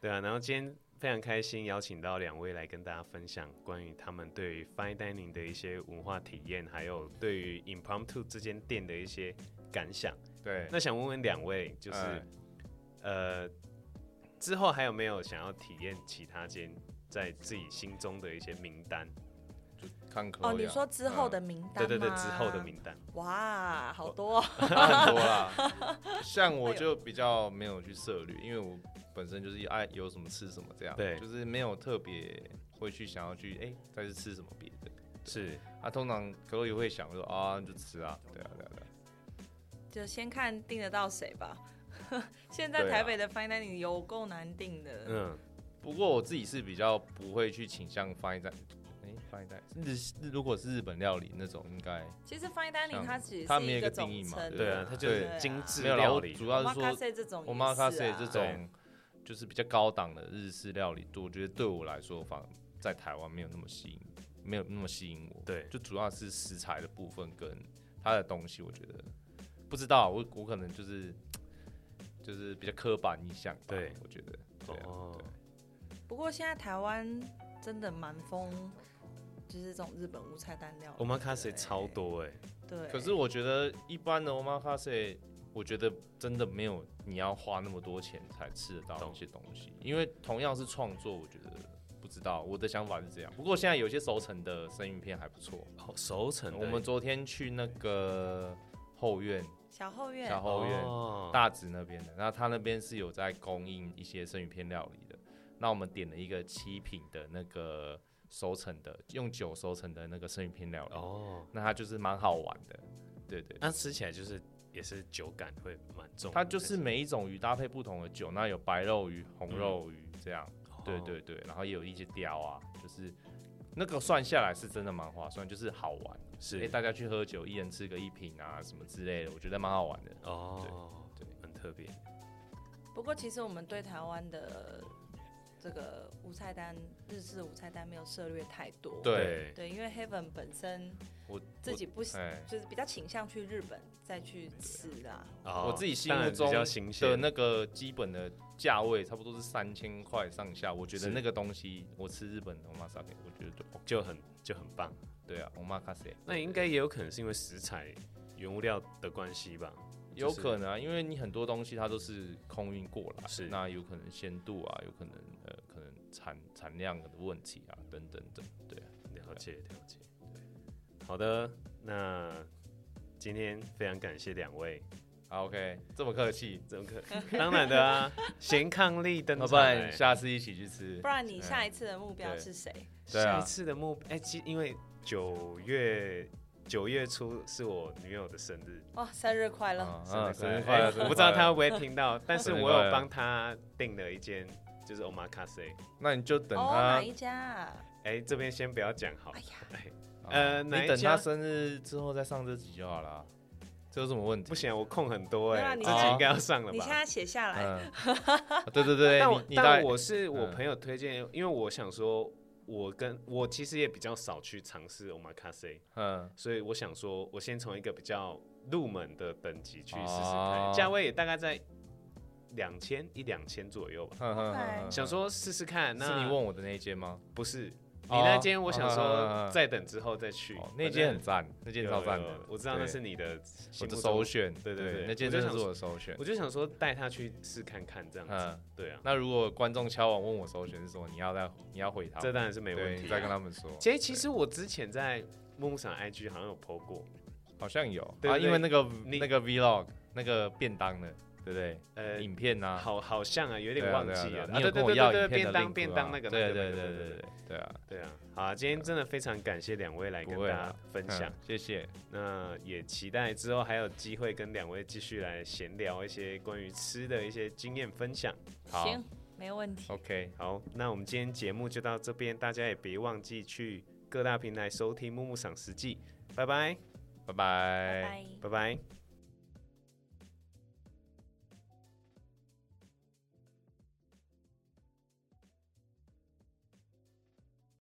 Speaker 1: 对啊，然后今天非常开心邀请到两位来跟大家分享关于他们对于 fine dining 的一些文化体验，还有对于 impromptu 这间店的一些感想。
Speaker 2: 对，
Speaker 1: 那想问问两位，就是、
Speaker 2: 哎
Speaker 1: 呃，之后还有没有想要体验其他间在自己心中的一些名单？
Speaker 2: 就看可
Speaker 3: 哦，你说之后的名单
Speaker 1: 对
Speaker 2: 嗯
Speaker 3: 吗？
Speaker 1: 对对，之后的，名单。
Speaker 3: 哇，好多哦，
Speaker 2: 很多 啦。像我
Speaker 3: 哎
Speaker 2: 就比较没有去涉猎，因为我本身就是爱有什么吃什么这样，
Speaker 1: 对
Speaker 2: 就是没有特别会去想要去哎、再去吃什么别的。
Speaker 1: 是，
Speaker 2: 啊，通常可以会想说啊，就吃啊，对啊，对啊，对啊。
Speaker 3: 就先看订得到谁吧。 现在
Speaker 2: 对啊
Speaker 3: 台北的 fine dining 有够难订的，
Speaker 1: 嗯，
Speaker 2: 不过我自己是比较不会去倾向翻译在，哎、翻译在日日如果是日本料理那种，应该
Speaker 3: 其实 fine dining
Speaker 2: 像
Speaker 3: 它只
Speaker 2: 它
Speaker 3: 是
Speaker 2: 没有一
Speaker 3: 个
Speaker 2: 个
Speaker 3: 总
Speaker 2: 定义嘛
Speaker 3: 称，
Speaker 1: 对啊，它就是
Speaker 2: 对
Speaker 3: 啊
Speaker 1: 精致
Speaker 2: 没有啦。
Speaker 1: 料
Speaker 2: 我
Speaker 1: 理。
Speaker 2: 主要是说
Speaker 3: omakase 这种也是啊，
Speaker 2: 我妈咖喱这
Speaker 1: 对
Speaker 2: 种就是比较高档的日式料理，我觉得对我来说，反而在台湾没有那么吸引，没有那么吸引我。
Speaker 1: 对
Speaker 2: 就主要是食材的部分跟它的东西，我觉得不知道，我我可能就是就是比较刻板印象吧。
Speaker 1: 对
Speaker 2: 我觉得对啊，
Speaker 1: 哦
Speaker 3: 不过现在台湾真的蛮疯，就是这种日本无菜单料理。
Speaker 1: 我们咖啡
Speaker 3: 对
Speaker 1: 超多哎、
Speaker 3: 对，
Speaker 2: 可是我觉得一般的 omakase，我觉得真的没有你要花那么多钱才吃得到那些东西，因为同样是创作，我觉得不知道我的想法是这样。不过现在有些熟成的生鱼片还不错。
Speaker 1: 哦，熟成的
Speaker 2: 我们昨天去那个后院，
Speaker 3: 小后院，
Speaker 2: 小后院
Speaker 1: 哦
Speaker 2: 大直那边的，那他那边是有在供应一些生鱼片料理的。那我们点了一个七品的那个熟成的，用酒熟成的那个生鱼片料理，
Speaker 1: 哦，
Speaker 2: 那它就是蛮好玩的。对对
Speaker 1: 那吃起来就是也是酒感会蛮重的。
Speaker 2: 它就是每一种鱼搭配不同的酒，那有白肉鱼、红肉鱼这样，
Speaker 1: 哦
Speaker 2: 对对对，然后也有一些雕啊，就是那个算下来是真的蛮划算，就是好玩，
Speaker 1: 是
Speaker 2: 所以大家去喝酒，一人吃个一瓶啊什么之类的，我觉得蛮好玩的。
Speaker 1: 哦，
Speaker 2: 对，
Speaker 1: 很特别。
Speaker 3: 不过其实我们对台湾的这个无菜单日式无菜单没有涉略太多。
Speaker 2: 对
Speaker 3: 对，因为 Heaven 本身
Speaker 2: 我
Speaker 3: 自己不喜
Speaker 2: 哎，
Speaker 3: 就是比较倾向去日本再去吃啊啦。
Speaker 1: 哦
Speaker 2: 我自己心
Speaker 1: 当然
Speaker 2: 目
Speaker 1: 比
Speaker 2: 中
Speaker 1: 较新鲜
Speaker 2: 的那个基本的价位差不多是三千块上下，我觉得
Speaker 1: 是
Speaker 2: 那个东西我吃日本的 omakase，我觉得就哦
Speaker 1: 就很就很棒。
Speaker 2: 对啊，omakase
Speaker 1: 那应该也有可能是因为食材、原物料的关系吧？
Speaker 2: 有可能啊，因为你很多东西它都是空运过来，
Speaker 1: 是
Speaker 2: 那有可能鲜度啊，有可能呃，可能产产量的问题啊，等等等，对啊，
Speaker 1: 了解了解。好的，那今天非常感谢两位，
Speaker 2: 好，OK，这啊么客气，
Speaker 1: 怎么可？当然的啊，贤伉俪登
Speaker 2: 要不
Speaker 1: 场
Speaker 2: 然。下次一起去吃
Speaker 3: 不，然你下一次的目标
Speaker 2: 对
Speaker 3: 是谁？
Speaker 2: 对
Speaker 1: 下
Speaker 2: 啊
Speaker 1: 一次的目哎，其因为九月九月初是我女友的生日，
Speaker 3: 哇，生日快乐！
Speaker 2: 啊
Speaker 1: 生
Speaker 2: 啊
Speaker 1: 日
Speaker 2: 生日
Speaker 1: 快
Speaker 2: 快
Speaker 1: 乐！
Speaker 2: 乐，
Speaker 1: 哎
Speaker 2: 生日
Speaker 1: 我不知道
Speaker 2: 快乐
Speaker 1: 她会，不会听到，但是
Speaker 2: 生日
Speaker 1: 我
Speaker 2: 快乐
Speaker 1: 有帮她订了一间，就是 omakase。
Speaker 2: 那你就等
Speaker 3: 哦，哪
Speaker 2: 他，
Speaker 3: 一家啊？
Speaker 1: 哎，这边先不要讲好了
Speaker 3: 哎。呀，
Speaker 1: 呃
Speaker 2: 啊你
Speaker 1: 哪一
Speaker 2: 等
Speaker 1: 家
Speaker 2: 他生日之后再上这集就好了啊，这有什么问题
Speaker 1: 不？行，我空很多
Speaker 3: 没有啊
Speaker 1: 哎，
Speaker 3: 你
Speaker 1: 自己
Speaker 2: 现在
Speaker 1: 应该要上了
Speaker 3: 你现
Speaker 1: 吧？
Speaker 3: 在写下 来，
Speaker 2: 嗯，对对对，
Speaker 1: 但
Speaker 2: 哎你
Speaker 1: 我
Speaker 2: 你大
Speaker 1: 但
Speaker 2: 概
Speaker 1: 我是我
Speaker 2: 嗯
Speaker 1: 朋友推荐，因为我想说，我跟我其实也比较少去尝试 omakase，
Speaker 2: 嗯，
Speaker 1: 所以我想说，我先从一个比较入门的等级去试试看，
Speaker 2: 哦
Speaker 1: 价位也大概在两千一两千左右吧。
Speaker 2: 哼哼哼哼
Speaker 1: 想说试试看，那
Speaker 2: 嗯是你问我的那一间吗？
Speaker 1: 不是你
Speaker 2: 哦
Speaker 1: 那间，我想
Speaker 2: 嗯嗯嗯
Speaker 1: 说
Speaker 2: 嗯
Speaker 1: 再等之后再去
Speaker 2: 哦，那间很
Speaker 1: 反
Speaker 2: 赞，那
Speaker 1: 正
Speaker 2: 间超赞
Speaker 1: 有有
Speaker 2: 的
Speaker 1: 有，我知道那
Speaker 2: 对
Speaker 1: 是你的
Speaker 2: 我
Speaker 1: 心
Speaker 2: 的
Speaker 1: 目
Speaker 2: 首
Speaker 1: 中，
Speaker 2: 选，
Speaker 1: 对对对
Speaker 2: 那间
Speaker 1: 我就
Speaker 2: 真的
Speaker 1: 想
Speaker 2: 是
Speaker 1: 说
Speaker 2: 我的首选
Speaker 1: 我。就想说带他去试看看这样子
Speaker 2: 嗯，
Speaker 1: 对啊，
Speaker 2: 那如果观众敲完问我首选是什么，你要再你要回他，
Speaker 1: 这当然是没问
Speaker 2: 对，
Speaker 1: 题
Speaker 2: 你
Speaker 1: 啊。
Speaker 2: 再跟他们说。
Speaker 1: 其实其实我之前在木木赏 IG 好像有 PO 过，
Speaker 2: 好像有
Speaker 1: 对
Speaker 2: 啊，
Speaker 1: 对
Speaker 2: 因为那个
Speaker 1: 你
Speaker 2: 那个 vlog 那个便当的，对不对？
Speaker 1: 呃，
Speaker 2: 影片呐，
Speaker 1: 好好像啊，有点
Speaker 2: 对啊
Speaker 1: 忘
Speaker 2: 对啊
Speaker 1: 记
Speaker 2: 对啊
Speaker 1: 了。
Speaker 2: 你
Speaker 1: 啊对
Speaker 2: 有跟我
Speaker 1: 对
Speaker 2: 要
Speaker 1: 对
Speaker 2: 影
Speaker 1: 对，
Speaker 2: 片
Speaker 1: 便
Speaker 2: 的
Speaker 1: 当
Speaker 2: link
Speaker 1: 便
Speaker 2: 啊
Speaker 1: 当那个，
Speaker 2: 对
Speaker 1: 那个
Speaker 2: 对
Speaker 1: 那
Speaker 2: 对
Speaker 1: 个对
Speaker 2: 对对对啊，
Speaker 1: 对啊。好啊，今天真的非常感谢两位来跟
Speaker 2: 不会
Speaker 1: 大
Speaker 2: 啊
Speaker 1: 家分享
Speaker 2: 嗯，，谢谢，
Speaker 1: 那也期待之后还有机会跟两位继续来闲聊一些关于吃的一些经验分享。
Speaker 2: 好
Speaker 3: 行，没问题。
Speaker 2: ，OK，
Speaker 1: 好，那我们今天节目就到这边，大家也别忘记去各大平台收听《木木赏食记》，拜拜，
Speaker 2: 拜
Speaker 3: 拜
Speaker 2: 拜。
Speaker 3: 拜。
Speaker 1: 拜拜。